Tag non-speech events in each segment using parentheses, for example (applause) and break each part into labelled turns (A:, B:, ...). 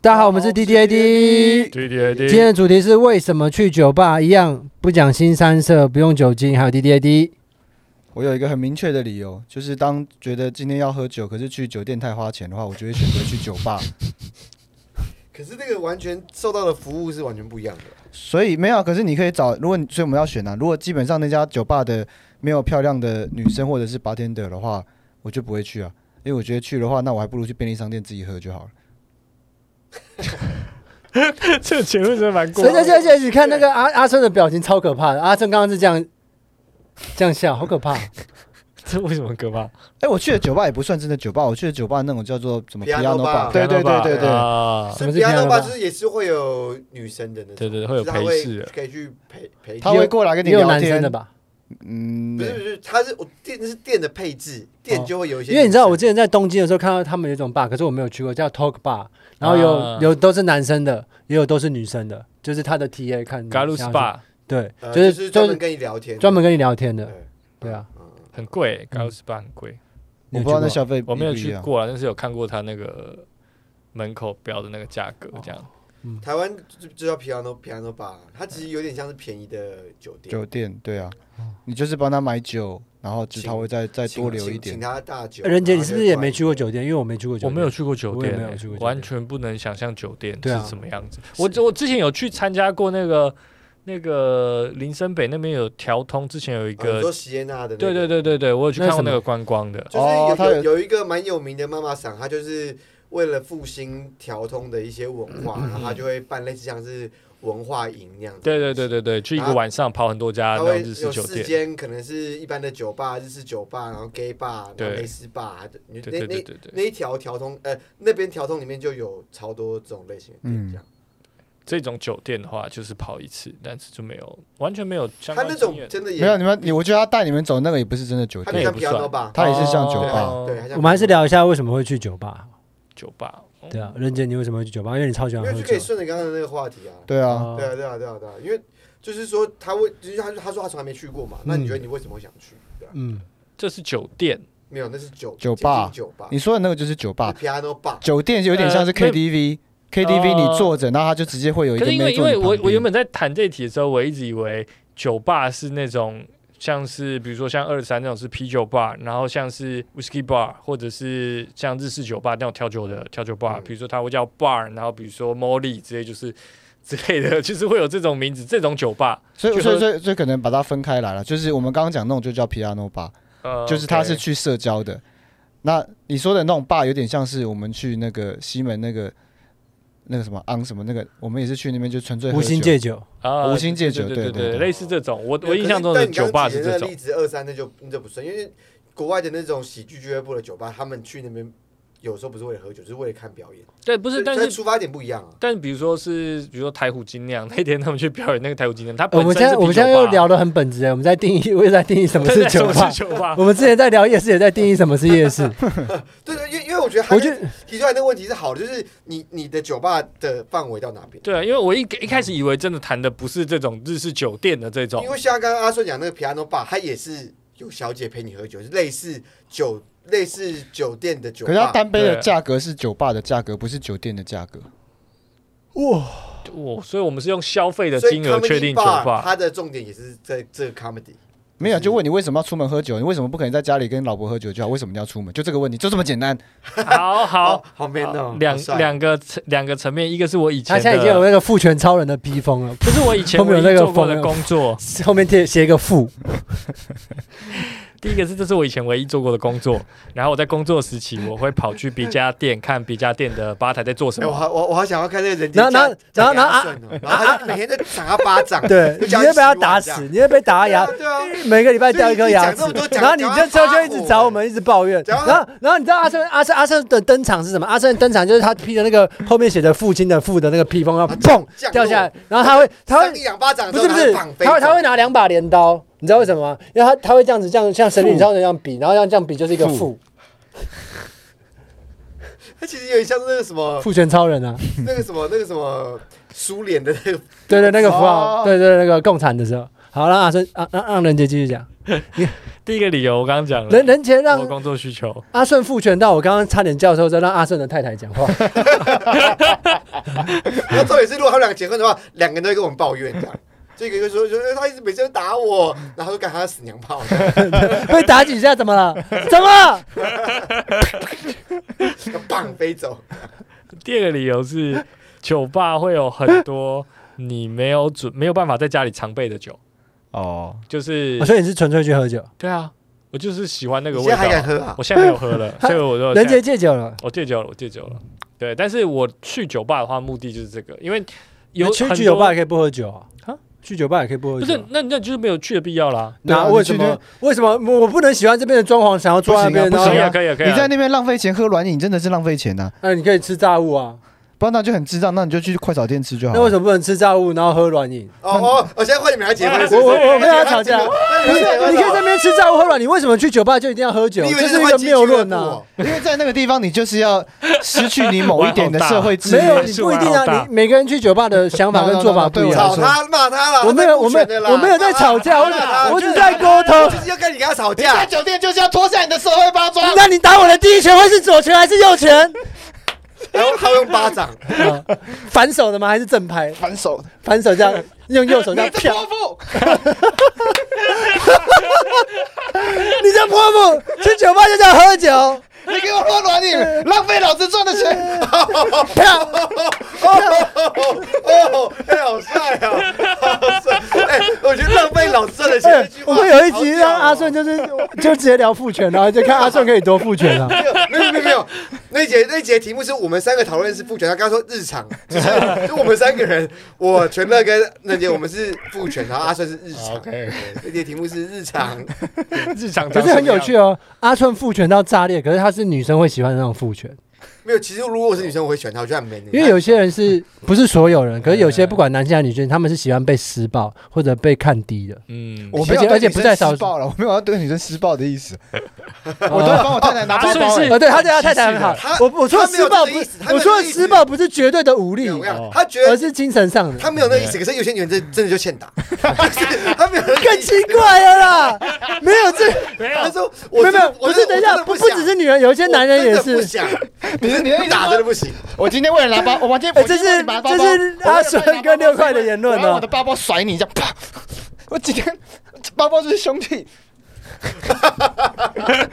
A: 大家好，我们是 D D A D。
B: 对对
A: 今天的主题是为什么去酒吧？一样不讲新三色，不用酒精，还有 D D A D。
C: 我有一个很明确的理由，就是当觉得今天要喝酒，可是去酒店太花钱的话，我就会选择去酒 (laughs) 吧。
D: 可是那个完全受到的服务是完全不一样的。
C: 所以没有啊，可是你可以找，如果你所以我们要选啊，如果基本上那家酒吧的没有漂亮的女生或者是 bartender 的话，我就不会去啊，因为我觉得去的话，那我还不如去便利商店自己喝就好了。
B: 对， (laughs) 这个结论真的蛮过
A: 所以。在现在你看那个阿阿胜的表情超可怕的，阿胜刚刚是这样这样笑，好可怕。
B: 这为什么很可怕？
C: 哎、我去的酒吧也不算真的酒吧，我去的酒吧那种叫做什么
D: Piano
C: piano
D: bar
C: bar，对对对对对，
B: 啊
A: 什么是
D: 比
A: piano
D: 较的
A: 吧
D: 话，就是也是会有女生的那
B: 对
D: 种，
B: 对对，会有
D: 就是他
B: 陪
D: 会
B: 侍的。
D: 可以去陪陪
C: 他
D: 你
C: 会过来跟你
A: 也有
C: 聊
A: 男生的
C: 天，
A: 吧？
C: 嗯，
D: 不是不是，他是我店那是店的配置，店就会有一些
A: 哦
D: 女生，
A: 因为你知道，我之前在东京的时候看到他们有一种 bar，可是我没有去过，叫 Talk Bar，然后有、
B: 啊
A: 有都是男生的，也有都是女生的，就是他的 TA 看你
B: g a l u
A: 想要去
B: Spa
A: 对，
D: 呃
A: 就
D: 就是专
A: 就
D: 门
A: 是
D: 跟你聊天，
A: 专门跟你聊天的，
D: 对嗯
A: 对啊，
B: 很贵 g a l u Spa 很贵。
C: 我不知道那消费
B: 我没有
C: 一嗯不一
B: 去
C: 样
B: 过啊，但是有看过他那个门口标的那个价格，这样。
D: 台湾就就叫 piano piano bar，它其实有点像是便宜的酒店，
C: 酒店，对啊，
B: 哦
C: 你就是帮他买酒，然后就他会再再
D: 请
C: 多留一
D: 请
C: 点
D: 请。他大酒。
A: 任杰，你是不是也没
D: 然后
A: 去过酒店？因为我没去过酒
B: 我
A: 店，
B: 没有去过酒
A: 我也
B: 店欸、
A: 没有去过酒店
B: 完全不能想象酒店
A: 对啊
B: 是什么样子。我我之前有去参加过那个那个林森北那边有调通，之前有一
D: 就过来？啊你
B: 个，
D: 说席耶娜的那个，
B: 对对对对对，我有去看
A: 那是什
B: 过
A: 么
B: 那个观光的，
D: 就是有、
C: 哦他
D: 有
C: 有
D: 有一个蛮有名的妈妈桑，她就是为了复兴调通的一些文化，然后她就会办类似像是文化营那样子。
B: 对对对对对，去一个晚上跑很多家
D: 它
B: 那种
D: 会
B: 日式
D: 有
B: 酒
D: 四
B: 店，
D: 间，可能是一般的酒吧、日式酒吧，然后 gay bar，然
B: 对
D: 后美式 bar，那
B: 对
D: 那
B: 对对
D: 那
B: 对对，
D: 那一条调通，呃，那边调通里面就有超多这种类型的店，这样。
B: 这种酒店的话就是跑一次，但是就没有完全没有相
D: 他
B: 关
D: 那
B: 经
D: 种
B: 验，
D: 真的也
C: 没有你们，你我觉得他带你们走那个也不是真的酒
D: 它
C: 店
B: 那
D: 就
B: 也
D: 像
B: 不
D: piano
B: 算
D: bar，
C: 它也是像酒
D: 对
C: 吧
B: 哦
D: 对，它像
A: 我们还是
D: piano bar
A: 聊一下为什么会去酒吧。
B: 酒吧，嗯
A: 对啊，任杰，你为什么会去酒吧？因为你超喜欢
D: 因为
A: 喝
D: 就可
A: 酒
D: 以。顺着刚刚的那个话题啊，
C: 对
B: 哦
C: 啊，
A: 啊
D: 对啊，对啊，对啊，对啊，因为就是说他会，就是他他说他从来没去过嘛，那你觉得
C: 嗯
D: 你为什么会想去？对啊，
A: 嗯，
B: 这是酒店，
D: 没有，那是酒
C: 酒
D: 接
C: 吧
D: 近酒吧，
C: 你说的那个就是酒吧
D: 是，piano bar，
C: 酒店就有点像是
B: 呃那呃
C: KTV。KTV 你坐着，然后他就直接会有一
B: 可
C: 个
B: 是因为
C: 妹
B: 因
C: 坐你
B: 为
C: 旁
B: 我
C: 边。
B: 我原本在谈这题的时候，我一直以为酒吧是那种像是比如说像二三那种是啤酒 bar，然后像是 whisky bar，或者是像日式酒吧那种调酒的调酒 bar，、
D: 嗯
B: 比如说它会叫 bar，然后比如说 Molly 之类就是之类的，就是会有这种名字这种酒吧，
C: 所以
B: 就
C: 所以
B: 说
C: 所以所以可能把它分开来了，就是我们刚刚讲那种就叫 piano bar，
D: 嗯
B: 呃，
C: 就是它
B: OK
C: 是去社交的。那你说的那种 bar 有点像是我们去那个西门那个那个什么昂什么那个，我们也是去那边就纯粹喝
A: 无心
C: 酒
A: 戒酒，
B: 啊
C: 无心戒酒
B: 对
C: 对
B: 对
C: 对
B: 对，
C: 对
B: 类似这种，我
D: 没
B: 我
D: 有
B: 印象中的酒吧
D: 可
B: 是
D: 但你刚刚举的那个
B: 这种
D: 例，子二三那就那就不算，因为国外的那种喜剧俱乐部的酒吧，他们去那边有时候不是为了喝酒，是为了看表演，
B: 对，不
D: 不
B: 是，但是
D: 出发点不一样啊。
B: 但比如说是，比如说台虎精酿那天他们去表演那个台虎精酿，他
A: 呃我们现在我们现在又
B: 又
A: 聊得很本质哎，我们在定义，我也在定义什么是
B: 是
A: 酒吧。
B: 酒吧
A: 我们之前在聊夜市，也在定义什么是夜
D: (laughs)
A: 市。
D: 对对，因为因为我觉得他
A: 我觉得
D: 提出来那个问题是好的，就是你你的酒吧的范围到哪边？
B: 对啊，因为我一一开始以为真的谈的不是这种日式酒店的这种
D: 因，为像刚刚阿顺讲那个 piano bar，它也是有小姐陪你喝酒，是类似酒类似酒店的酒
C: 可是它
D: 吧。
C: 单杯的
B: 对
C: 价格是酒吧的价格，不是酒店的价格。
B: 我所以我们是用消费的
D: 所以
B: 金额
D: comedy
B: 确定酒
D: bar，
B: 吧。
D: 它的重点也是在这个 comedy。
C: 没有，就问你为什么要出门喝酒？你为什么不可能在家里跟老婆喝酒就好？为什么你要出门？就这个问题，就这么简单。
B: (laughs) 好好
D: 哦，，好 man 哦，
B: 两
D: 好帅
B: 两个层两个层面，一个是我以前
A: 他
B: 的，
A: 现在已经有那个父权超人的逼疯了，
B: 就是我以前
A: 后面有那
B: 唯一
A: 个
B: 做过的
A: 风
B: 工作。
A: 后面贴写一个父。
B: 第一个是这是我以前唯一做过的工作， (laughs) 然后我在工作时期，我会跑去别家店看别家店的吧台在做什
D: 哎，我
B: 么。
D: 好我我好想要看那个人
A: 然
D: 家，
A: 后然后
D: 嫁
A: 然后然后啊
D: 嫁给阿顺哦然后他就每天在赏他巴掌，
A: 对，
D: 就
A: (laughs) 你
D: 叫
A: 会被他
D: 洗碗
A: 打
D: 这
A: 死
D: 样，
A: 你会被打牙，
D: 对啊，对啊
A: (laughs) 每个礼拜掉一颗牙齿
D: 所以你讲这么多，讲
A: 然后你这时候就一直找我们，一直抱怨。
D: 欸讲
A: 然
D: 到
A: 后，然后你知道阿胜阿胜阿胜的登场是什么？阿胜的登场就是他披着那个后面写着“父亲”的“父”的那个披风，然后砰
D: 啊降落哦
A: 掉下来，然后他会他
D: 扇
A: 会
D: 你两巴掌
A: 不
D: 之
A: 是
D: 后，
A: 不是
D: 然后绑，飞
A: 他会他会
D: 走
A: 拿两把镰刀，你知道为什么吗？因为他他会这样子，这样像神女超人这样比，然后这样这样比就是一个
C: 父
A: 父
D: 他其实有点像是那个什么
A: 父权超人啊，
D: 那个什么那个什么苏联的那个
A: (laughs) 对对，那个符号，
C: 哦
A: 啊对对那个共产的时候。好，让阿胜让让让人杰继续讲，
B: 第一个理由我刚刚讲了，
A: 人人杰
B: 我
A: 让
B: 工作需求，
A: 阿顺复权到我刚刚差点叫的时候，再让阿顺的太太讲话。
D: (laughs) 然后重点是，如果他们两个结婚的话，两个人都会跟我们抱怨这样。 (laughs) 这个就说说、哎他一直每次都打我，然后就赶他死娘炮。
A: (laughs) 被打几下怎么 (laughs) 了？怎么了？
D: 棒飞走。
B: 第二个理由是酒吧会有很多你没有准没有办法在家里常备的酒，
C: 哦，
B: 就是
A: 我说你是纯粹去喝酒，
B: 对啊，我就是喜欢那
D: 你
B: 个
D: 现
B: 味
D: 在还敢
B: 道。
D: 喝啊？
B: 我现在没有喝了，所以我就
A: 人杰戒酒了。
B: 我戒酒了，我戒酒了。对，但是我去酒吧的话，目的就是这个，因为有
A: 有去
B: 很多
A: 去酒吧也可以不喝酒啊
B: 啊？
A: 去酒吧也可以不喝
B: 不
A: 酒。啊
B: 是，那那就是没有去的必要啦。
C: 对啊
A: 那为什么？为什么我我不能喜欢这边的装潢，想要坐在那边？
C: 不
A: 然
C: 行
A: 后
B: 可以
C: 啊
B: 啊，可以啊，可以
C: 你在
B: 啊。
C: 那边浪费钱喝软饮，真的是浪费钱呐、
A: 那哎你可以吃炸物啊。
C: 不然那就很智障，那你就去快炒店吃就好了。
A: 那为什么不能吃炸物，然后喝软饮？
D: 哦哦，我现在换你们来结婚了，是
A: (laughs) 我
D: 不是
A: 我我没有要吵架。
D: 那
A: 不
D: 你
A: 是，
D: 们结婚
A: 你可以在
D: 了
A: 那边吃炸物喝软饮，为什么去酒吧就一定要喝酒？
D: 你以为
A: 这是一
D: 换
A: 个
D: 基
A: 谬
D: 俱乐
A: 论啊
D: 部
A: 呐
D: 哦。
C: 因为在那个地方，你就是要失去你某一点的社会 (laughs) 资
A: 没有，
C: 源。
A: 你
B: 是
A: 不一
B: 玩
A: 定
B: 好
A: 啊。
B: 大
A: 你每个人去酒吧的想法
C: No, no,
A: 跟
C: no,
A: 做法
C: no,
A: 不
C: 对
A: 一
C: 我
A: 样
C: 来
D: 吵
C: 说。
D: 他骂他啦！
A: 我没有，
D: 他
A: 我没
D: 在顾全的啦
A: 有，我没有在吵架，我
D: 骂他
A: 只我只是在沟
D: 我
A: 通
D: 就。是要跟你跟他吵
C: 在
D: 架。
C: 酒店就是要脱下你的社会包装
A: 那你打我的第一拳会是左拳还是右拳？
D: 然后他会用
A: (laughs)
D: 巴掌，
A: 啊反手的吗？还是正拍？
C: 反手，
A: 反手这样用右
C: (laughs)
A: 手这样
C: 这
A: 啪，
C: 泼妇，
A: (laughs) 你这泼妇去酒吧就叫喝
C: (laughs)
A: 酒，
C: 你给我喝软 (laughs) 饮，浪费老子赚的钱。
A: 啪！
D: 哦，哎，好帅啊，好帅！哎，我觉得浪费老子赚的钱
A: 哎
D: 这句
A: 我
D: 话，
A: 们有一集
D: 好屌哦
A: 让阿顺就是就直接聊父权，然后就看阿顺可以多父权
C: (laughs)
A: 啊。
D: 没有没有没有，那一节那一节题目是我们三个讨论是父权，他刚刚说日常，就是就我们三个人，我全乐跟那节我们是父权，然后阿顺是日常。
B: OK，
D: 那节题目是日常，
B: 日常
A: 可是很有趣
B: 啊。
A: 哦，阿顺父权到炸裂，可是他是女生会喜欢的那种父权，
D: 没有。其实如果我是女生，我会选他，我觉得很 man 欸。
A: 因为有些人是不是所有人，
C: 嗯
A: 可是有些不管男性还是女性，他们是喜欢被施暴或者被看低的。
B: 嗯，
C: 我没有
A: 而且
C: 对
A: 而且
C: 女
A: 不
C: 生
A: 在少数
C: 施暴了，我没有要对女生施暴的意思。我都在
A: 哦，
C: 帮我太太拿包包
B: 啊所以
C: 欸
B: 是。
A: 对，他对他太太很好
D: 他。
A: 我我说
D: 他没有
A: 施暴
D: 这
A: 不
D: 个意思他没，有
A: 我说的
D: 这个意思
A: 施暴不是绝对的武力，
D: 没有我想
B: 哦
D: 他觉
A: 而
D: 得
A: 是精神上的。
D: 他没有那个意思，可是有些女人真真的就欠打，
A: (laughs)
D: 就是他没有那个
A: 更
D: 意思
A: 奇。怪了
D: (laughs)
A: 啦，没有这，
B: 没有
D: 他说
A: 没
D: 我
A: 有没
D: 真的
A: 有，
D: 我
A: 不
D: 真
A: 是
D: 的
A: 等一
D: 我真
A: 下，不
D: 的不
A: 不
D: 想
A: 只是女人，有一些男人也
D: 我真的
A: (laughs)
D: 不
A: 是。
D: 想，
C: 你是你的意思
D: 打真的不行。
C: 我今天为了
A: (laughs)
C: 拿包，我我今天
A: 哎
C: 我今
A: 这
C: 天为了拿
A: 是
C: 包包
A: 这是阿顺跟六块的言论
C: 我用我
A: 哦
C: 的。包包甩你一下， (laughs) 啪！我今天包包就是兄
A: (laughs)
C: 弟，
A: (laughs)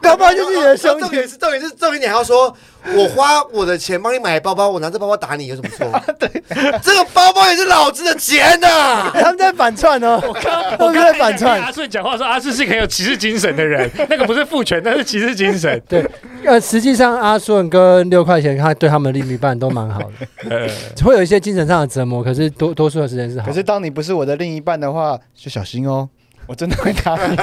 A: 包包就是你的兄
D: 重
A: 弟，
D: 点是重点是重点，你还要说，我花我的钱帮你买包包，我拿这包包打你有什么错？
A: (laughs)
D: 对，这个包包也是老子的钱呐、
A: 他们在反串哦，他
B: 我
A: 们
B: 刚
A: 在
B: 才
A: 反
B: 跟
A: 串
B: 阿。顺讲话说，阿顺是很有骑士精神的人， (laughs) 那个不是父权，那是骑士精神。
A: 对，呃，实际上阿顺跟六块钱，他对他们的另一半都蛮好的， (laughs)
B: 呃，
A: 会有一些精神上的折磨，可是多多数的时间是好
C: 可。是当你不是我的另一半的话，就小心哦，我真的会打
A: (laughs)
C: 你。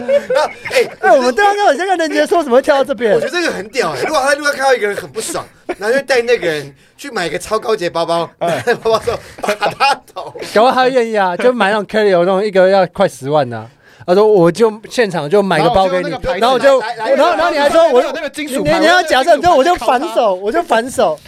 D: 那哎、
A: 哎，我们刚刚好像跟人家说什么会跳到这边
D: 我觉，得这个很屌哎、如果他如果看到一个人很不爽，然后就带那个人去买一个超高级的包包，
A: 嗯
D: 拿那包
A: (laughs)
D: 包之后打他头，
A: 搞不好他愿意啊，就买那种 carry 那种一个要快十万的、他说我就现场就买个包给你，然
C: 然
A: 后
C: 后
A: 我
C: 我
A: 就，
D: 就那个牌子
A: 然后然后你还说我
C: 有那个金属
A: 你
C: 牌，
A: 你要假设，你说我就反
C: 手。
A: 手，我就反手。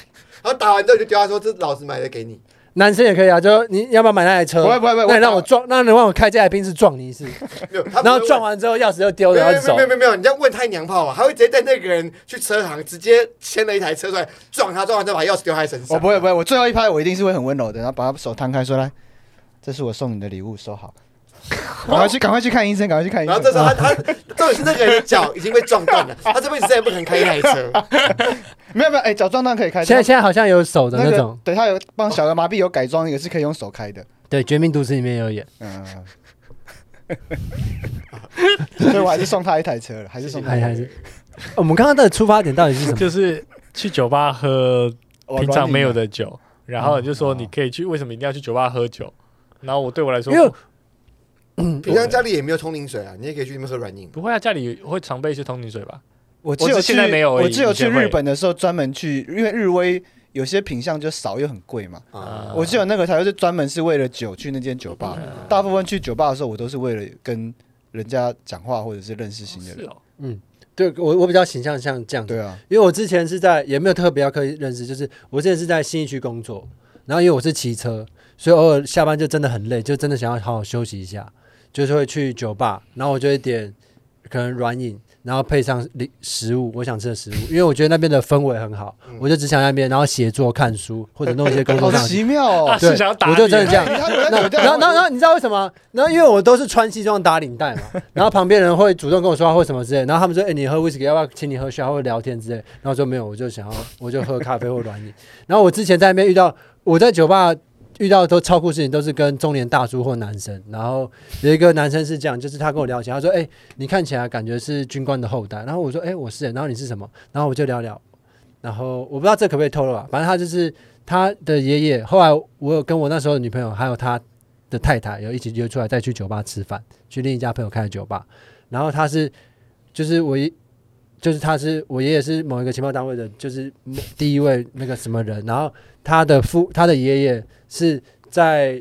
D: 然后打完之后就丢他说这老子买的给你，
A: 男生也可以啊，就你要不要买那台车？
C: 不会不会不会
A: 那你
C: 我
A: 让我撞，那你让我开这台宾士撞你一次，
D: 没有，他不
A: 然后
D: 会
A: 撞
D: 问。
A: 完之后钥匙就丢
D: 没
A: 了，然
D: 有
A: 后
D: 没有
A: 走
D: 没。有没有没有，你这样问太娘炮了，啊他会直接带那个人去车行，直接牵了一台车出来撞他，撞完之后把钥匙丢他身上。
C: 我不会不会，我最后一拍我一定是会很温柔的，然后把他手摊开说来，这是我送你的礼物，
A: (laughs)
C: 收好。赶快去赶快去看医生，赶快去看医
D: 然后。这
C: 生
D: 时候他他重点是那个人的脚已经被撞断了，他这辈子再也不可能开一台车。
C: 没有没有，哎，脚撞蛋可以开。
A: 现在现在好像有手的
C: 那
A: 那
C: 个
A: 种，
C: 对他有帮小儿麻痹有改装，也是可以用手开的。
A: 对，《绝命毒师》里面有演。
C: 嗯， (laughs) 所以我还是送他一台车了，还是送他
A: 还
C: 一台
A: 还是，我们刚刚的出发点到底是什么？
B: (laughs) 就是去酒吧喝
C: 车。
A: 啊
B: 平常没有
C: 的，
B: 的酒，然后就说你可以去，为什么一定要去酒吧喝酒？然后我对我来说，
A: 因为 (clears throat)
D: (laughs) 平常家里也没有通灵水啊，你也可以去那边喝软饮。
B: 不会啊，家里会常备一些通灵水吧？
C: 我只有
B: 我只
C: 去
B: 现在没有而已
C: 我只有去
B: 以前会
C: 日本的时候专门去，因为日威有些品相就少又很贵嘛。
D: 啊
B: 啊，哦
C: 我只有那个才会是专门是为了酒去那间酒吧，大部分去酒吧的时候，我都是为了跟人家讲话或者是认识新的
B: 是
C: 人。
B: 哦，
A: 对我我比较形象像这样子，
C: 对啊，
A: 因为我之前是在也没有特别要刻意认识，就是我之前是在新一区工作，然后因为我是骑车，所以偶尔下班就真的很累，就真的想要好好休息一下，就是会去酒吧，然后我就会点可能软饮，然后配上零食物，我想吃的食物，因为我觉得那边的氛围很好，我就只想在那边，然后写作、看书或者弄一些工作
C: 好
A: 上的
C: 奇妙哦
B: 啊！ (laughs) 是想要打
A: 我就真的这样。
C: 他们在
A: 那
C: 酒店
A: 然后，然后，然后你知道为什么？然后因为我都是穿西装打领带嘛，然后旁边人会主动跟我说话或什么之类，然后他们说：“哎、你喝威士忌要不要请你喝下或者聊天之类。”然后我说没有，我就想要我就喝咖啡或软饮。然后我之前在那边遇到，我在酒吧遇到都超酷事情，都是跟中年大叔或男生。然后有一个男生是这样，就是他跟我聊起来，他说：“哎、你看起来感觉是军官的后代。”然后我说：“哎、我是。”然后你是什么？然后我就聊聊。然后我不知道这可不可以透露啊，反正他就是他的爷爷。后来我有跟我那时候的女朋友还有他的太太有一起约出来再去酒吧吃饭，去另一家朋友开的酒吧。然后他是就是我一就是他是我爷爷是某一个情报单位的，就是第一位那个什么人。然后他的父他的爷爷是在。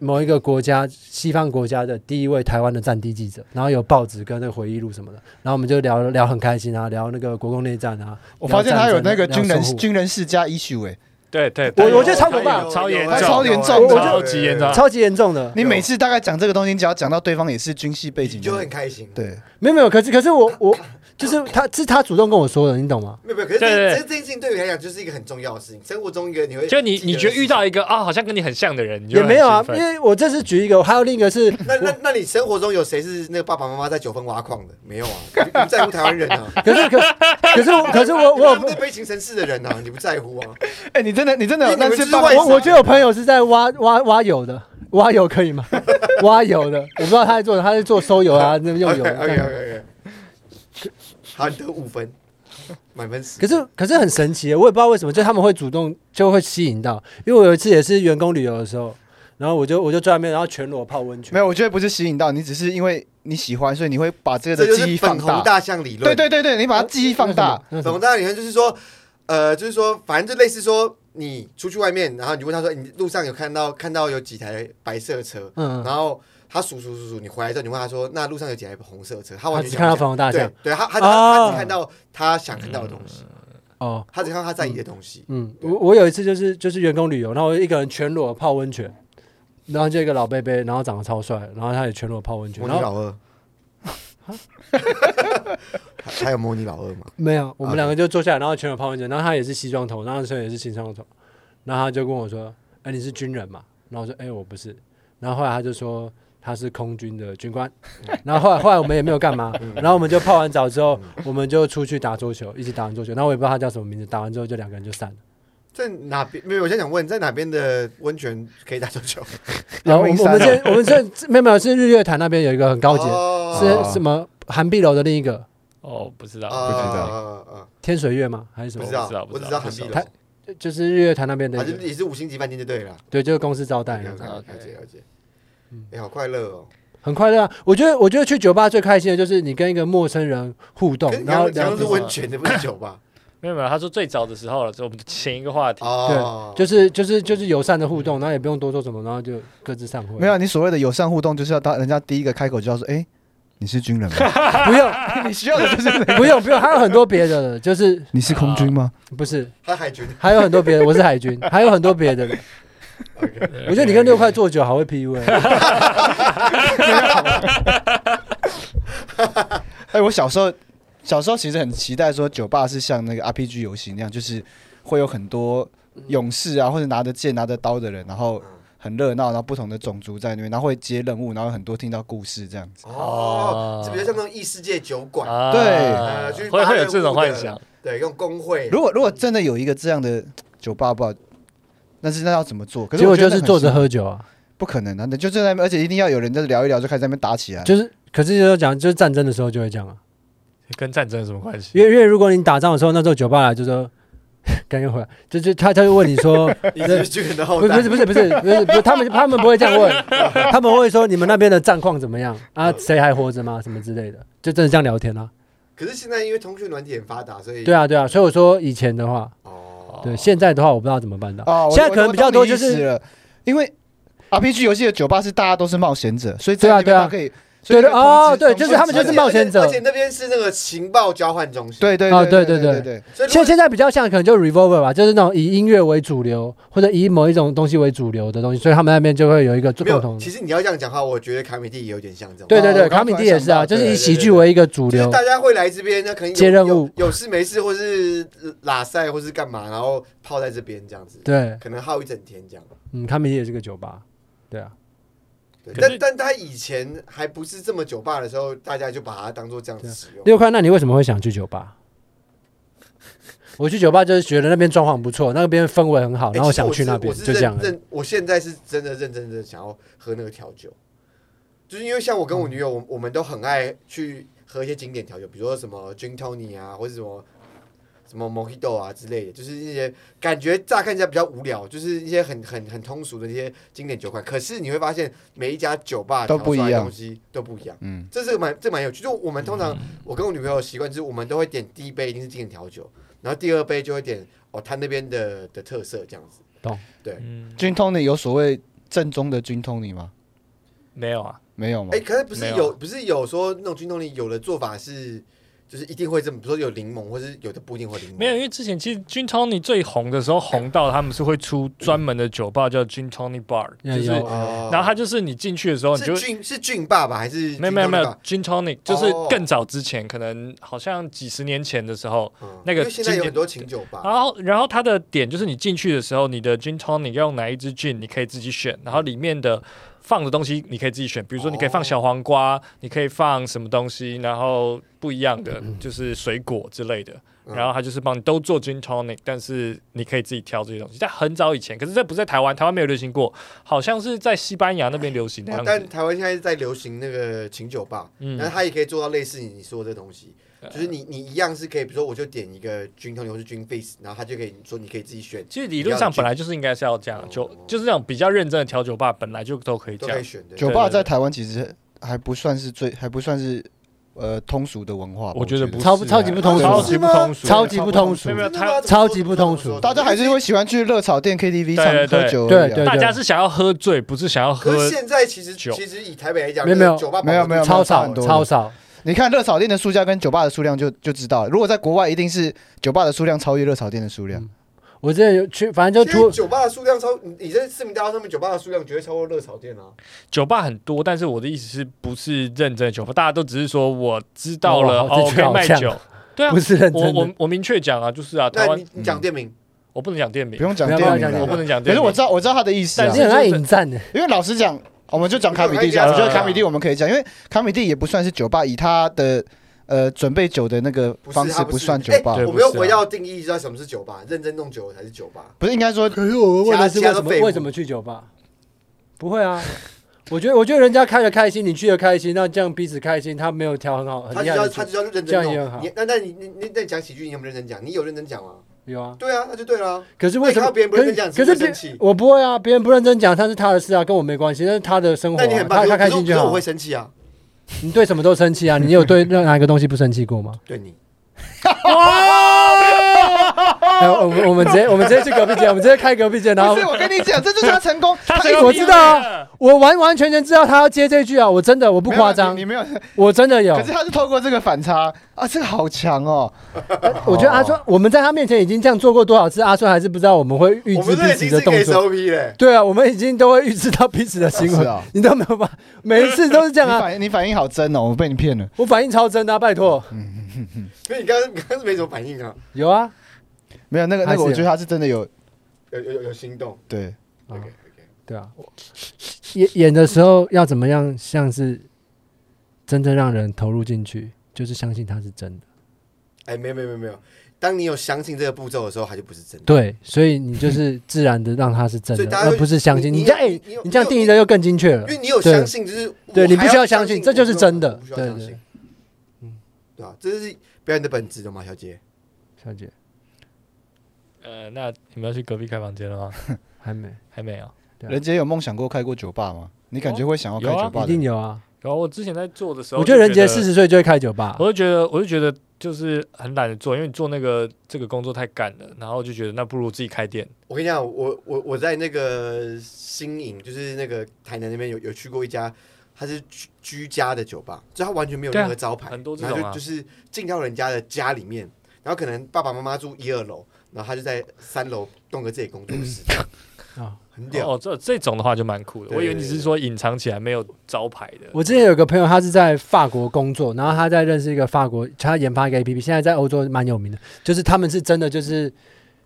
A: 某一个国家，西方国家的第一位台湾的战地记者，然后有报纸跟那个回忆录什么的，然后我们就聊聊很开心啊，聊那个国共内战啊，
C: 我发现他有那个
A: 聊战
C: 军
A: 争啊
C: 人
A: 聊生活
C: 军人世家 issue 哎，
B: 对对，
A: 我我觉
B: 就
A: 得超可怕
B: 超严
D: 他啊
B: 重，
C: 超严重
A: 我
B: 超级严重。
A: 超级严重的。
C: 你每次大概讲这个东西，只要讲到对方也是军系背景
D: 你
C: 的，
D: 就会很开心。，
C: 对，
A: 没有没有，可是可是我我就是他是他主动跟我说的，你懂吗？
D: 没有没有，可是
B: 对对
D: 这
B: 对
D: 这这件事情对你来讲就是一个很重要的事情，生活中一个你会
B: 就你
D: 记
B: 你
D: 的
B: 觉得遇
D: 事
B: 到一个啊，好像跟你很像的人，你就
A: 也没有啊
B: 很，兴
A: 因
B: 奋
A: 为我这是举一个，还有另一个
B: (laughs)
A: 是，
D: 情，那那那你生活中有谁是那个爸爸妈妈在九份挖矿的？没有啊，你你不在乎台湾人啊
B: (laughs)
A: 可是可可是我可是我我
D: 我
A: 有
D: 们那悲情城市的人啊，你不在乎啊？
C: 哎，你真的你真的有
D: 因为你们
C: 那是
D: 之
C: 爸
D: 外
A: 我我觉得有朋友是在挖挖挖油的，挖油可以吗？ (laughs) 挖油的，我不知道他在做，他在做收油啊，那用油
D: OK。OK OK，好，你得五分，满分十。
A: 可是可是很神奇耶，我也不知道为什么，就他们会主动就会吸引到，因为我有一次也是员工旅游的时候，然后我就我就坐在那边，然后全裸泡温泉
C: 没，有，我觉得不是吸引到你，只是因为你喜欢，所以你会把这个
D: 这
C: 的
D: 就是
C: 记忆放
D: 粉红
C: 大。
D: 大象理论。
C: 对对对对，你把它记忆放大。
A: 那什么，那什么
D: 粉红大象理论就是说，呃，就是说，反正就类似说，你出去外面，然后你问他说，哎你路上有看到看到有几台白色车，
A: 嗯，
D: 然后他数数数数，你回来之后，你问他说，那路上有几台红色车？他
A: 他
D: 完全
A: 啊只看到
D: 想
A: 粉红大
D: 不起来
A: 象，
D: 对对，他他
A: 哦
D: 他只看到他想看到的东西，
A: 哦。
D: 他只看到他在意的东西。
A: 嗯，我我有一次就是就是员工旅游，然后我一个人全裸泡温泉，然后就一个老贝贝，然后长得超帅，然后他也全裸泡温泉，
D: 模
A: 然
D: 拟
A: 后
D: 老二，还有模拟老二吗？
A: 没有，我们两个就坐下来，然后全裸泡温泉，然后他也是西装头，然后那时候也是西装头，然后他就跟我说：“哎、你是军人嘛？”然后我说：“哎、我不是。”然后后来他就说他是空军的军官， (laughs) 然后后来后来我们也没有干嘛，然后我们就泡完澡之后，我们就出去打桌球，一起打完桌球，然后我也不知道他叫什么名字，打完之后就两个人就散了。
D: 在哪边？没有，我现在想问，在哪边的温泉可以打桌球？
A: 然后我们我
C: 阳
A: 们
C: 明山
A: 这我们这没有没有是日月潭那边有一个很高级的。
D: 哦
A: 是什么？韩碧楼的另一个
B: 哦，不知道，
D: 啊
C: 不知道
D: 啊啊啊
A: 天水月吗？还是什
D: 不
A: 么
D: 知？
B: 不知道
D: 道，
B: 不
D: 我
B: 知
D: 只
B: 道
D: 知道
B: 不
D: 韩
B: 知
D: 碧
B: 道
D: 楼，
A: 就就是日月潭那边的
D: 反
A: 一
D: 正
A: 个，
D: 也是五星级饭店就对了。
A: 对，嗯就是公司招待
D: OK，OK，
A: 那
D: OK，
A: 种，
D: 了解了解。哎，好快乐哦！
A: 很快乐啊！我觉得，我觉得去酒吧最开心的就是你跟一个陌生人互动
D: 可是，你
A: 然后
D: 刚
A: 聊
D: 刚刚是
A: 天，
D: 温泉的，不是酒
A: (laughs)
D: 吧？
B: 没有没有，他说最早的时候了，所以我们就前一个话题，
D: 哦，
A: 就是就是就是友善的互动，然后也不用多做什么，然后就各自散会。
C: 没有，啊你所谓的友善互动，就是要当人家第一个开口就要说，哎，你是军人
D: (laughs)
C: 吗？
A: 不
C: (laughs)
A: 用，
C: 你需要的就是
A: 不用，不用，还有很多别的的，就是
C: 你是空军吗？
A: 不是
D: 他还觉得
A: 还有很多别的，我是海军，还有很多别的的。
D: OK，
A: 我觉得你跟六块做酒好会 PUA，
C: 哎，我小时候小时候其实很期待说酒吧是像那个 RPG 游戏那样，就是会有很多勇士啊，或者拿着剑、拿着刀的人，然后很热闹，然后不同的种族在那边，然后会接任务，然后很多听到故事这样子。
D: 哦，这比较像那种异世界酒馆，
B: 啊
C: 对
D: 呃就是
B: 会
D: 八
B: 会有
D: 月
B: 这种
D: 五的
B: 幻想，
D: 对，用工会。
C: 如果如果真的有一个这样的酒吧，不知道，但是那要怎么做？ (laughs) 可
A: 结
C: 是
A: 果
C: 我觉
A: 就
C: 得
A: 是
C: 那很
A: 坐着
C: 辛苦，
A: 喝酒啊，
C: 不可能啊！那就坐在那边，而且一定要有人在聊一聊，就开始在那边打起来。啊
A: 就是可是就是讲就是战争的时候就会这样啊。
B: 跟战争有什么关系？
A: 因为因为如果你打仗的时候，那时候酒吧来就说， (laughs) 刚刚回来，就是他他就问你
D: (laughs)
A: 说，
D: 你是不是军人的
A: 不
D: 后
A: 是
D: 代
A: 不是，不是不是不是不是，他们他们不会这样
D: (laughs)
A: 问，他们会说你们那边的战况怎么样
D: 哦
A: 啊？谁还活着吗？什么之类的，就真的这样聊天啊。
D: 可是现在因为通讯软体很发达，所以
A: 对啊对啊，所以我说以前的话，
D: 哦，
A: 对现在的话我不知道怎么办到。
C: 哦，我
A: 现在可能
C: 我
A: 比较多
C: 我懂你
A: 就
C: 意思
A: 是
C: 了因为 RPG 游戏的酒吧是大家都是冒险者，所以
A: 对啊
C: 在那
A: 对啊
C: 边大家可以所以
A: 对对
C: 那个通知
A: 哦对就是他们
C: 通
A: 就
C: 知
A: 是冒险者
D: 而且而且那边是那个情报交换中心，，
C: 对对
A: 啊
C: 对
A: 对对
C: 对
A: 对
C: 对，
D: 所以如
A: 现
D: 果
A: 现在比较像可能就 revolver 吧，就是那种以音乐为主流，或者以某一种东西为主流的东西，所以他们那边就会有一个最
D: 没
A: 共同
D: 有，
A: 的
D: 其。实你要这样讲话，我觉得卡米蒂也有点像这种，
A: 对对
C: 哦
A: 对，
C: 我刚
A: 卡米蒂也是啊，就
C: 突然想到
A: 是
D: 对
A: 以
D: 对
A: 喜
D: 对
A: 剧
D: 对
A: 为一个主
D: 就是
A: 流。
D: 大家会来这边，那可能有
A: 接任务
D: 有有事没事，或是呃拉塞，或是干嘛，然后泡在这边这样子，
A: 对，
D: 可能耗一整天这样。
A: 嗯，卡米蒂也是个酒吧。对啊，
D: 对
B: 可
D: 但
B: 是
D: 但他以前还不是这么酒吧的时候，大家就把它当做这样子
A: 啊
D: 使用。
A: 六块，那你为什么会想去酒吧？我去酒吧就是觉得那边装潢不错，那边氛围很好，
D: 哎
A: 然后
D: 其实
A: 想
D: 我
A: 去
D: 是
A: 那边，
D: 我是
A: 就这
D: 认
A: 样而已。
D: 认，我现在是真的认真的想要喝那个调酒，就是因为像我跟我
A: 嗯
D: 女友，我我们都很爱去喝一些经典调酒，比如说什么 Gin Tony 啊，或者什么什么 Mojito 啊之类的，就是一些感觉乍看起来比较无聊，就是一些很很很通俗的一些经典酒款。可是你会发现，每一家酒吧
C: 都
D: 调
C: 不
D: 出来
C: 一
D: 的
C: 样
D: 东西都不一样。
C: 嗯，
D: 这是蛮这蛮有趣，就我们通
A: 嗯
D: 常我跟我女朋友的习惯就是，我们都会点第一杯一定是经典调酒，然后第二杯就会点哦他那边的的特色这样子。
B: 嗯，
C: 军通的有所谓正宗的军通你吗？
B: 没有啊，
C: 没有吗
D: 哎、？可是不是
B: 没有啊
D: 有不是有说那种军统里有的做法是，就是一定会这么，比如说有柠檬，或是有的不一定会柠檬。
B: 没有，因为之前其实 Gin Tony 最红的时候，红到他们是会出专门的酒吧叫 Gin Tony Bar，
A: 有
B: 就是，
A: 有
D: 哦
B: 然后它就是你进去的时候，你就是
D: 菌是菌爸爸还是
B: 没有没有没有
D: 菌
B: Gin Tonic，就是
D: 哦
B: 更早之前，可能好像几十年前的时候，
D: 爸爸？嗯
B: 那个啊
D: 因为现在
B: 经
D: 有
B: 典
D: 很多琴酒吧，
B: 然后，然后它的点就是你进去的时候，你的 gin tonic 要用哪一支 gin，你可以自己选。然后里面的放的东西你可以自己选，比如说你可以放小黄瓜，
D: 哦
B: 你可以放什么东西，然后不一样的就是水果之类的。
D: 嗯
B: 然后它就是帮你都做 gin tonic，但是你可以自己挑这些东西。在很早以前，可是这不是在台湾，台湾没有流行过，好像是在西班牙那边流行的
D: 哦
B: 样
D: 但
B: 子。
D: 台湾现在在流行那个琴酒吧，
B: 嗯呃
D: 然后它也可以做到类似你说的东西，就是你你一样是可以，比如说我就点一个军统或是军 face，然后他就可以说你可以自己选，
B: 其实理论上本来就是应该是要这样，就就是那种比较认真的调酒吧，本来就都可以
D: 哦都
B: 这
D: 可以
B: 样。
D: 选的。
C: 酒
B: 对
C: 吧
B: 对对
C: 在台湾其实还不算是最，还不算是呃通俗的文化吧，
B: 我觉得不是啊
A: 超超级不通俗
B: 超级不通俗，
A: 超级不通俗
B: 没有没有
D: 真的吗
B: 他
A: 超级不通俗
C: 大家还是会喜欢去热炒店、KTV
B: 对
C: 唱
B: 对对
C: 喝酒而已
A: 对
C: 啊，
A: 对
B: 大家是想要喝醉，不是想要喝
D: 可。是现在其实
B: 酒
D: 其实以台北来讲，
A: 没有没有
D: 那个酒吧
C: 没有没有
A: 超
C: 差
A: 少
C: 很多
A: 超少，
C: 你看热炒店的数量跟酒吧的数量就就知道了，如果在国外，一定是酒吧的数量超越热炒店的数量。
A: 我之前有去，反正就
D: 其实
A: 突
D: 酒吧的数量超，你你在市民大道上面酒吧的数量绝对超过热炒店啊。
B: 酒吧很多，但是我的意思是不是认真的酒吧？大家都只是说我知道了，
A: 哦
B: 哦，
A: 这
B: 我
A: 句
B: 可以
A: 好
B: 卖
A: 像
B: 酒。对啊
A: 不，是认
B: 我
A: 真
B: 我
A: 的。
B: 我明确讲啊，就是啊，台
D: 那
B: 湾
D: 你你讲店名，
B: 我不能讲店名
C: 不，用讲
A: 不要
C: 店
A: 不要
C: 名
B: 我
A: 讲啊
B: 不
C: 了，
B: 能讲
C: 可
B: 店
C: 是
B: 名。
C: 我知道我知道他的意思啊
B: 但
A: 你
B: 是，
A: 很爱引战的，
C: 因为老实讲，我们就讲卡米蒂讲，
D: 我
C: 我
D: 也
C: 觉
D: 觉得
C: 得卡米蒂我们可以讲，因为卡米蒂也不算是酒吧，以他的呃准备酒的那个
D: 不是
C: 方式
D: 它
C: 不
D: 不
C: 算
D: 是
C: 酒吧
D: 哎
B: 对，
D: 我
B: 不
D: 们又
B: 是啊
D: 回到定义，知道什么是酒吧？认真弄酒才是酒吧。
C: 不是应该说
A: 可是我问的是
D: 其他
A: 为
D: 都
A: 什么
D: 废物
A: 为什么去酒吧？不会啊，我觉得我觉得人家开的开心，你去的开心，那这样彼此开心，他没有调很
B: 啊
A: 好，很
D: 他
A: 厉
D: 就
A: 害
D: 要
A: 的
D: 他
A: 酒。
D: 就要认
A: 这
D: 真
A: 样也很
D: 弄
A: 好。
D: 你那那你你你那你讲喜剧，你有没有认真讲？你有认真讲吗？
A: 有啊，
D: 对啊，那就对了。
A: 可是为什么
D: 那你看到别人不
A: 可
D: 认
A: 是
D: 真讲
A: 可是
D: 你是不是
A: 别
D: 生气
A: 我不会啊，别人不认真讲，他是他的事啊，跟我没关系，那是他的生活
D: 那
A: 啊、
D: 你很棒，
A: 他他
D: 可
A: 开
D: 是
A: 心就
D: 可是我
A: 好
D: 会。生气啊，
A: 你对什么都生气啊？你 (laughs) 有对任哪一个东西不生气过
C: (laughs)
A: 吗？
D: 对你。
A: 哎，我们我们直接我们直接去隔壁间，我们直接开隔壁间，然后
C: 不是，哦我跟你讲，这就是他成功。
A: (laughs)
B: 他
A: 他
B: 是
A: 哎我知道啊，我完完全全知道他要接这句啊，我真的我不
C: 没有
A: 夸张
C: 你你，没有，
A: 我真的有
C: 可。是他是透过这个反差啊，这个好强哦！
A: 我觉得阿顺，我们在他面前已经这样做过多少次，阿顺还是不知道我们会预
D: 我
A: 知
D: 们
A: 彼
D: 这已
A: 此的
D: 经是
C: (laughs)
A: 动
D: 给
A: 作。
D: SOP 嘞。
A: 对啊，我们已经都会预知到彼此的行
C: 哦是
A: 为，
C: 啊，
A: (laughs) 你都没有办法，每一次都是这
C: 你
A: 样啊。
C: 反应你反应好真哦，我被你骗了。
A: 我反应超真的啊，拜托。
C: 嗯
D: 所以你刚刚你 (laughs) 刚刚是没什么反应啊，
A: 有啊，
C: 没有那个那
A: 还是
C: 个，
A: 有
C: 我觉得他是真的有
D: 有有有有心动。
C: 对，
A: 啊
D: OK OK，
A: 对啊，演演的时候要怎么样，像是真正让人投入进去，就是相信它是真的。
D: 哎，没有没有没有没有，当你有相信这个步骤的时候，它就不是真的。
A: 对，所以你就是自然的让它是真
D: 所以
A: 的，
D: 大家
A: 而
D: 会
A: 不是相信。
D: 你
A: 你
D: 你
A: 这样，哎
D: 你你有，
A: 你这样
D: 你有
A: 定义的又更精确了
D: 因。为你有
A: 对
D: 相信，就是
A: 对
D: 我
A: 你
D: 还
A: 必须要相
D: 相
A: 信这就是
D: 我不
A: 真的
D: 我不需要
A: 对
D: 相
A: 对
D: 信，嗯
A: 嗯，
D: 对啊，这是表演的本质，懂吗，小姐？
A: 小姐
B: 呃，那你们要去隔壁开房间了吗？
A: 还没，
B: 还没有。
A: 对啊
C: 人杰有梦想过开过酒吧吗？你感觉会想要开
B: 有啊
C: 酒吧
A: 一
C: 的？
A: 定有啊。
B: 然后我之前在做
D: 啊
B: 的时候，
A: 我觉得人杰啊四十岁就会开酒吧
B: 我，就觉得，我就觉得就是很懒得做，因为做那个这个工作太赶了，然后就觉得那不如自己开店。
D: 我跟你讲，我我我在那个新营，就是那个台南那边有有去过一家它是居居家的酒吧，就它完全没有
B: 对啊
D: 任何招牌，
B: 很多这
D: 然后
B: 种啊
D: 就就是进到人家的家里面，然后可能爸爸妈妈住一二楼，然后他就在三楼弄个自己工作室，
A: (laughs) 啊
D: 很屌。
B: 哦，这这种的话就蛮酷的。
D: 对
B: 我以为你是说隐藏起来没有招牌的。
A: 我之前有个朋友，他是在法国工作，然后他在认识一个法国，他研发一个 APP，现在在欧洲蛮有名的，就是他们是真的就是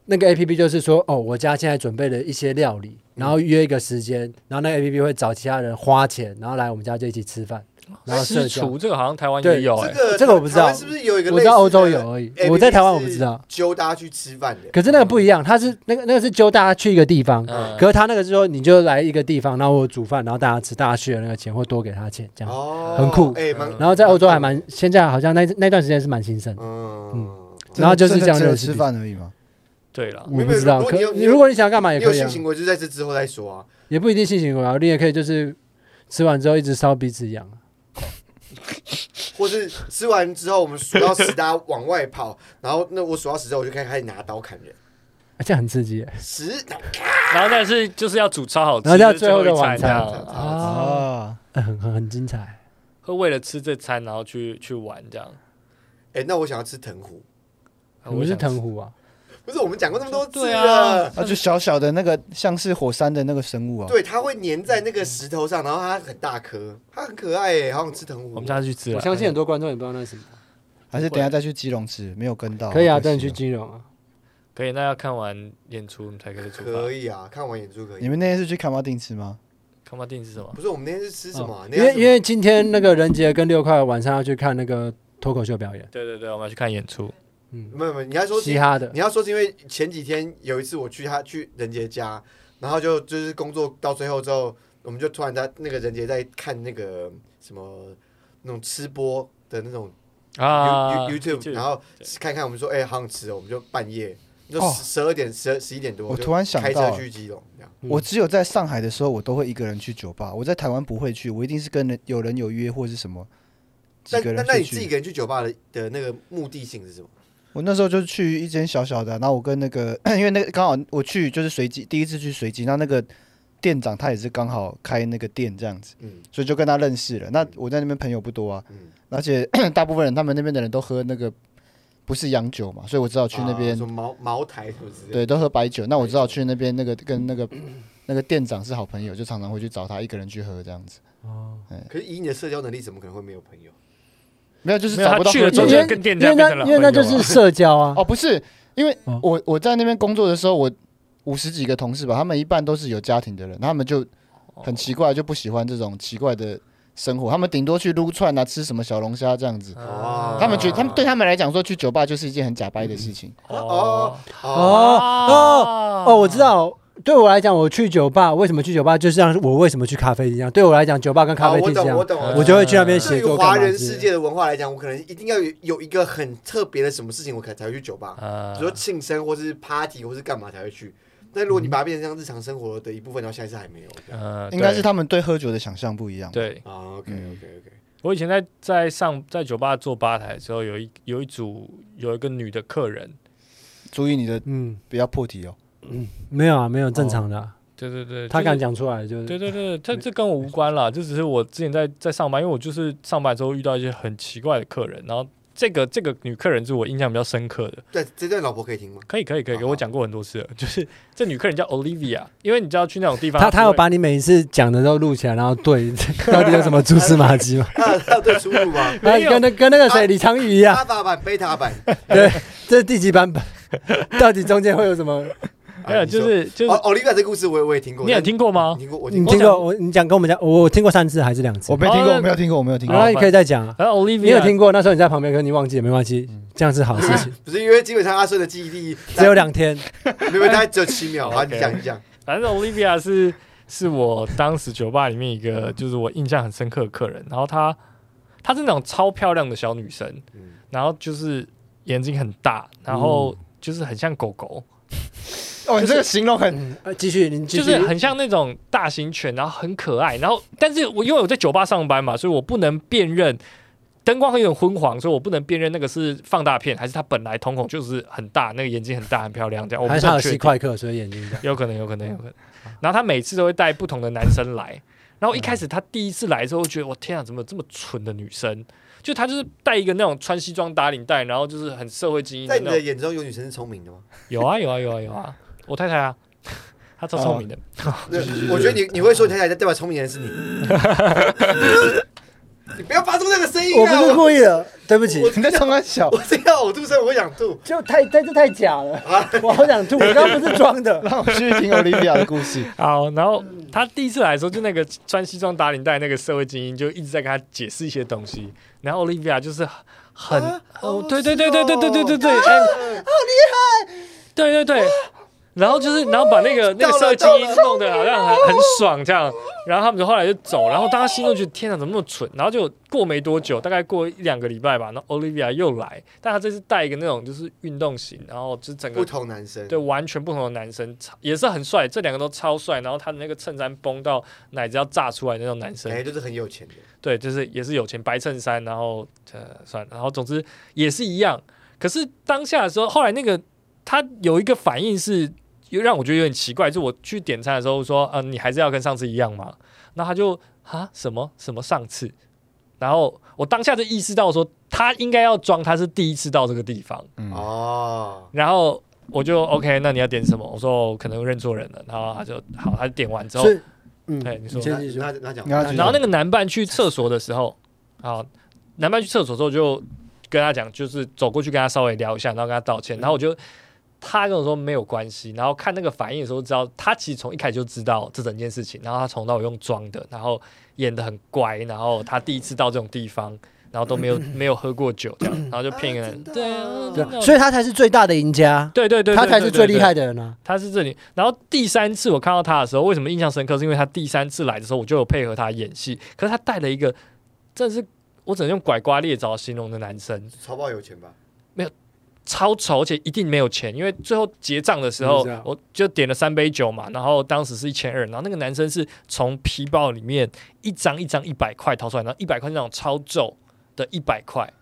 A: 那个 APP 就是说，哦，我家现在准备了一些料理，然后约一个时间，然后那个 APP 会找其他人花钱，然后来我们家就一起吃饭，然后社
B: 私
A: 交。
B: 哦厨这个好像台湾也有
D: 这
B: 哎、
D: 个
A: 这个我不知道
D: 台湾是不是有一个？
A: 我知道欧洲有而已，我在台湾我不知道。，
D: 揪大家去吃饭的。
A: 可是那个不一样，他是那个那个是揪大家去一个地方，
B: 嗯
A: 可是他那个是说你就来一个地方，然后我煮饭，然后大家吃，大家 share 那个钱或多给他钱这样。
D: 哦，
A: 很酷
D: 哎，蛮
A: 然后在欧洲还蛮，现在好像那那段时间是蛮兴盛
D: 哦
A: 的。
D: 嗯，
A: 然后就是这样
C: 只有
A: 认识
C: 吃饭而已嘛。
B: 对了，
A: 我不知道，
D: 没有
A: 可
D: 如果你
A: 你
D: 有
A: 如果你想要干嘛也
D: 你有
A: 可以
D: 性
A: 啊，
D: 行为就在这之后再说啊。
A: 也不一定性行为啊，你也可以就是吃完之后一直烧鼻子痒啊。
D: 或是吃完之后，我们数到十，大家往外跑， (laughs) 然后那我数到十之后，我就开始开始拿刀砍人，
A: 啊这样很刺激耶，
D: 十，
B: 然后但是就是要煮超好吃，
A: 然后叫
B: 就是
A: 最后的
B: 一餐
A: 晚
B: 这
A: 餐
B: 样，
D: 哦
A: 啊，
C: 啊，
A: 呃 (laughs) 很很很精彩。
D: 啊
B: 会为了吃这餐然后去去玩这样。
D: 哎，那我想要吃藤壶，
B: 啊
A: 我们是
B: 想
A: 藤壶啊，
D: 不是我们讲过那么多次
B: 对啊
D: 了，
C: 啊，就小小的那个像是火山的那个生物啊。
D: 对，它会粘在那个石头上，然后它很大颗，它很可爱哎，好想吃藤
B: 我
D: 壶
B: 们。下次去吃了。嗯
A: 我相信很多观众也不知道那是什么。
C: 还是等一下再去基隆吃，没有跟到。
A: 可以啊，
C: 好惜
A: 带
C: 哦
A: 你去金融啊。
B: 可以，那要看完演出我们才可以出
D: 可
B: 发。
D: 以啊，看完演出可
C: 你
D: 以。
C: 们那天是去卡马丁吃吗？
B: 康巴定是什么？
D: 不是我们那天是吃什么啊
A: 哦？
D: 那
A: 因为
D: 天是什么
A: 因为今天那个人杰跟六块晚上要去看那个脱口秀表演，
B: 对对对，我们要去看演出。
A: 嗯，
D: 没有没有，你还说
A: 嘻哈的
D: 你要说是因为前几天有一次我去他去任杰家，然后就就是工作到最后之后，我们就突然在那个任杰在看那个什么那种吃播的那种 You
B: 啊
D: You YouTube，然后看看我们说哎、好想吃，哦，我们就半夜就
C: 哦
D: 十二点十十一点多，
C: 我
D: 就
C: 突然想
D: 开
C: 到
D: 车去基隆这样。
A: 嗯
C: 我只有在上海的时候，我都会一个人去酒吧。我在台湾不会去，我一定是跟人有人有约或是什么几
D: 那
C: 个
D: 那
C: 人
D: 那
C: 出
D: 你自己一
C: 去。
D: 个人去酒吧的的那个目的性是什么？
C: 我那时候就去一间小小的，然后我跟那个， (coughs) 因为那个刚好我去就是随机第一次去随机，那那个店长他也是刚好开那个店这样子，
D: 嗯
C: 所以就跟他认识了。那我在那边朋友不多啊，
D: 嗯，
C: 而且 (coughs) 大部分人他们那边的人都喝那个不是洋酒嘛，所以我知道去那边、
D: 啊什么茅茅台什么之类的。
C: 对，都喝白酒。那我知道去那边那个跟那个 (coughs) 那个店长是好朋友，就常常会去找他一个人去喝这样子。
A: 哦，
D: 可是以你的社交能力，怎么可能会没有朋友？
C: 没有，就是
B: 没有
C: 找不
B: 他
C: 到
B: 去了
C: 合
B: 之
C: 作
B: 后
A: 因
B: 就
A: 为
C: 的
B: 跟店
A: 因
B: 家
A: 为
B: 变
A: 那
B: 成老
A: 因为那就
B: 朋友
A: 是
B: 啊
A: 社交啊。
B: (laughs)
C: 哦，不是，因为
A: 哦
C: 我我在那边工作的时候，我五十几个同事吧，他们一半都是有家庭的人，他们就
B: 哦
C: 很奇怪，就不喜欢这种奇怪的生活，他们顶多去撸串啊，吃什么小龙虾这样子。
B: 啊
D: 哦
C: 他们觉得，他们对他们来讲说去酒吧就是一件很假掰
B: 嗯
C: 的事情。
B: 哦
D: 哦，
A: 哦哦，我知道。对我来讲，我去酒吧，为什么去酒吧，就像我为什么去咖啡厅一样。对我来讲，酒吧跟咖
D: 好，
A: 啡
D: 啊我
A: 厅一
D: 懂，
A: 样
D: 我，懂，
B: 我
D: 懂
A: 我就会去那边
D: 呃对
A: 写
D: 于
A: 作。
D: 华
A: 干嘛
D: 人
A: 之类
D: 世
A: 的
D: 界的文化来讲，我可能一定要有有一个很特别的什么事情，我可才会去酒吧，
B: 啊
D: 比如说庆生或是 party 或是干嘛才会去。但如果
B: 嗯
D: 你把它变成像日常生活的一部分，然后下一次还没有，这样
B: 呃
C: (laughs) 应该是他们对喝酒的想象不一样。，
B: 对。
D: 啊，OK
B: 嗯
D: OK OK，
B: 我以前在在上在酒吧做吧台的时候，有一有一组有一个女的客人，
C: 注意你的
A: 嗯，
C: 不要破题哦。
A: 没有啊，没有正常的啊、
B: 对对哦对，
A: 他
B: 就是
A: 敢讲嗯出来就是。
B: 对对对，这这跟我无关啦，这只是我之前在在上班，因为我就是上班之后遇到一些很奇怪的客人，然后这个这个女客人是我印象比较深刻的，
D: 对，这段老婆可以听吗？ (laughs)
B: 可以可以可
A: 啊
B: 以，
D: 好
B: 给我讲过很多次了， (laughs) 就是这女客人叫 Olivia，因为你知道去那种地方，
A: 他他有
B: 把
A: 把你每一次讲的都录起来，然后对， (laughs) 到底有什么蛛丝马迹吗？
D: 他他有啊对出入吗？
A: 他
B: (laughs) 没有
A: 跟那跟那个
D: 啊
A: 谁李昌钰一样，
D: 阿法版、贝塔版，
A: 这是第几
D: (laughs)
A: 版本？到底中间会有什么？
B: (laughs) 没有，呃就是就是、
D: 哦，奥利弗这故事我也我也听过，
B: 你有听过吗
D: 你？听过？我
A: 你
D: 听
A: 听
D: 过。
A: 过我？你讲跟我们讲，我我听过三次还是两次
C: 我？没听
B: 哦
C: 过，
B: 那
C: 我没有听过，我没有听
B: 好
A: 那
C: 过。
A: 你可以再讲啊。
B: 然后呃
A: (laughs)
B: Olivia
A: 你有听过？那时候你在旁边，可是你忘记也没关系，这样是好事 (laughs)
B: 嗯
A: 情。
D: 不是因为基本上阿顺的记忆
B: (laughs)
D: 力
A: 只有，两 (laughs) 天，
D: 没有，大概只有七秒。好，你
B: OK
D: 讲一讲。
B: 反正 Olivia 是是我当时酒吧里面一个就是我印象很深刻的客人，然后她她是那种超漂亮的小女生，
D: 嗯
B: 然后就是眼睛很大，然后就是很像狗狗，
C: 哦，你这个形容
B: (laughs)
C: 很
A: 呃继续，您继
B: 就
A: 续。
B: 是很像那种大型犬，然后很可爱，然后但是我因为我在酒吧上班嘛，所以我不能辨认。灯光很有点昏黄，所以我不能辨认那个是放大片还是她本来瞳孔就是很大，那个眼睛很大很漂亮这样。我不
A: 还
B: 是
A: 是他
B: 很
A: 有
B: 确
A: 吸
B: 定
A: 快克，所以眼睛这样。
B: 有可能，有可能，有可能。然后他每次都会带不同的男生来，然后一开始她第一次来的时候，我觉得我天啊，怎么有这么蠢的女生？就她就是带一个那种穿西装打领带，然后就是很社会精英的
D: 在你
B: 那
D: 的
B: 种。
D: 眼中有女生是聪明的吗？
B: 有啊有啊有啊有啊，我太太啊， (laughs) 她超聪明
D: 哦
B: 的。
D: 对，我觉得你你会说你太太，代表聪明的人是你。 (laughs) 你不要发出那个声音
A: 我
D: 啊！
A: 不是故意的，对不起，
C: 你在冲他小
D: 我，我这要呕吐声，我会想吐。
A: 就太太这太假了， (laughs) 我好想吐，我刚刚不 (laughs) 是装的。
C: 让我去听 Olivia 的故事。
B: 好，然后她第一次来的时候，就那个穿西装打领带那个社会精英，就一直在跟她解释一些东西。然后 Olivia 就是很、
D: 啊
B: 哦
D: 哦，
B: 对
D: 是哦
B: 对对对对对对对对，哎、对对对，然后就是然后把那个那个
D: 哦到了
B: 社会精
D: 到
B: 英
D: 了
B: 弄得好像很很爽这样，然后他们就后来就走，然后大家心中觉得天哪，怎么那么蠢？然后就过没多久，大概过一两个礼拜吧，那 Olivia 又来，但她这次带一个那种就是运动型，然后就是整个
D: 不同男生，
B: 对，完全不同的男生，超也是很帅，这两个都超帅。然后他的那个衬衫崩到奶子要炸出来的那种男生
D: 感，觉哎就是很有钱的。
B: 对，就是也是有钱白衬衫，然后呃算了，然后总之也是一样。可是当下的时候，后来那个他有一个反应是，又让我觉得有点奇怪，就我去点餐的时候说，嗯、你还是要跟上次一样吗？那他就啊什么什么上次，然后我当下就意识到说，他应该要装他是第一次到这个地方。
C: 嗯，
D: 哦，
B: 然后我就 OK，那你要点什么？我说哦我可能认错人了，然后他就好，他就点完之后
A: 所，以，嗯，
B: 对你说
A: 先
D: 那
A: 继续
D: 那那讲，
C: 你要继续
B: 然后那个男伴去厕所的时候，好，男伴去厕所之后就跟他讲，就是走过去跟他稍微聊一下，然后跟他道
A: 嗯
B: 歉，然后我就。他跟我说没有关系，然后看那个反应的时候，知道他其实从一开始就知道这整件事情，然后他从头到尾用装的，然后演的很乖，然后他第一次到这种地方，然后都没有没有喝过酒，这样，然后就骗人，
D: 啊真的
B: 对
D: 哦
B: 啊，
A: 对
B: 真的
A: 所以他才是最大的赢家，
B: 对对对，
A: 他
B: 对
A: 才是最厉。
B: 对对对
A: 害的人啊。
B: 他是这里。然后第三次我看到他的时候，为什么印象深刻？是因为他第三次来的时候，我就有配合他演戏。可是他带了一个，真的是我只能用拐瓜裂枣形容的男生，
D: 超爆有钱吧？
B: 超丑，而且一定没有钱。因为最后结账的时
A: 是
B: 候
A: 不是啊，
B: 我就点了三杯酒嘛，然后当时是一千二，然后那个男生是从皮包里面一张一张一百块掏出来，然后一百块是那种超皱的一百块。
A: 嗯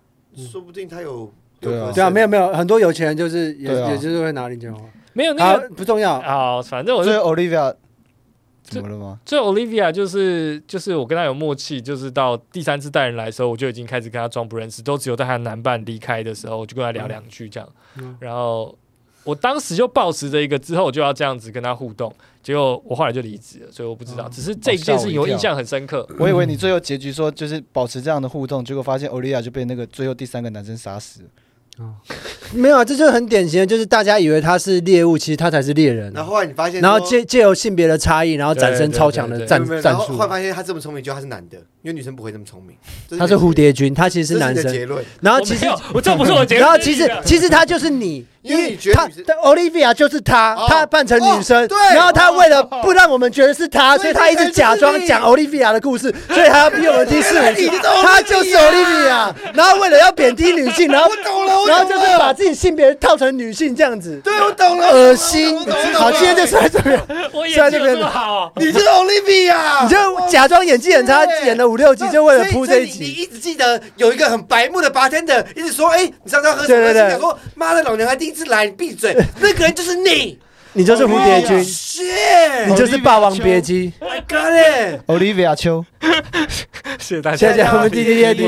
D: 说不定他有
C: 对啊
A: 对啊，没
D: 有
A: 有没有，很多有钱人就是也
C: 对啊
A: 也就是会拿零钱花，
B: 没有那
A: 啊
B: 个，
A: 不重要，
B: 啊、反正我
C: 所
B: 就
C: 以 Olivia 怎么了吗？
B: 所以 Olivia 就是就是我跟她有默契，就是到第三次带人来的时候，我就已经开始跟她装不认识，都只有在她男伴离开的时候，我就跟她聊两句这样。
A: 嗯
B: 然后我当时就抱持着一个之后我就要这样子跟她互动，结果我后来就离职了，所以我不知道。
A: 哦
B: 只是这件事情我印象很深刻。
C: 我以为你最后结局说就是保持这样的互动，结果发现 Olivia 就被那个最后第三个男生杀死了。
A: (laughs) 没有啊，这就是很典型的，就是大家以为他是猎物，其实他才是猎人。啊
D: 然后后来你发现说，
A: 然后借借由性别的差异，然后展
B: 对
A: 生
B: 对
A: 超强的
B: 对
A: 战
D: 没有没有
A: 战
D: 然后
A: 术
D: 后。来发现他这么聪明，就他是男的，因为女生不会这么聪明。这
A: (laughs) 他是
D: 你的
A: 蝴蝶君，他其
D: 结，
A: 实是男
D: 这你的
A: 生。(laughs)
D: 结论。
A: 然后
B: 我
A: 啊其实
B: 没有，我这不是我结论。
A: (laughs) 然后其实其实他就是你，
D: (laughs) 因为你觉得
A: 他
D: 女生
A: 但 Olivia 就是他
D: 哦，
A: 他扮成女生
D: 哦，对
A: 然后他为了不让我们觉得是他，所
D: 所
A: 以
D: 以
A: 他一直假装讲 Olivia 的故事，所以他要逼我们听四五
D: (laughs) 你
A: 集
D: 就是，
A: 他就是 Olivia，然后为了要贬低女性，然后
D: 我懂了，我
A: 然后
D: 懂
A: 就
D: 了。
A: 是把自己性别套成女性这样子，
D: 对，我懂了。
A: 恶心
D: 我懂了我懂。了
A: 好，今天就算这边，
B: 我
A: 在
B: 演技
A: 这
B: 有
A: 边
B: 这么好
A: (laughs)
B: 哦、
D: 你就是 Olivia，
A: 你就假装演技很差，演了五六集就为了铺这一
D: 啊所以所以你你
A: 集。
D: 一直记得有一个很白目的 bartender 一直说，哎，你上次要喝什
A: 对
D: 么？
A: 对对
D: 心想说，妈的，老娘还第一次来，你闭嘴。那个人就是你，Oh,
A: 你就是蝴蝶君，你
D: ，shit，I
A: 就是霸王别姬。
D: got it。
C: Olivia 秋。
B: 谢谢大家
A: 谢。谢我们 D D D D。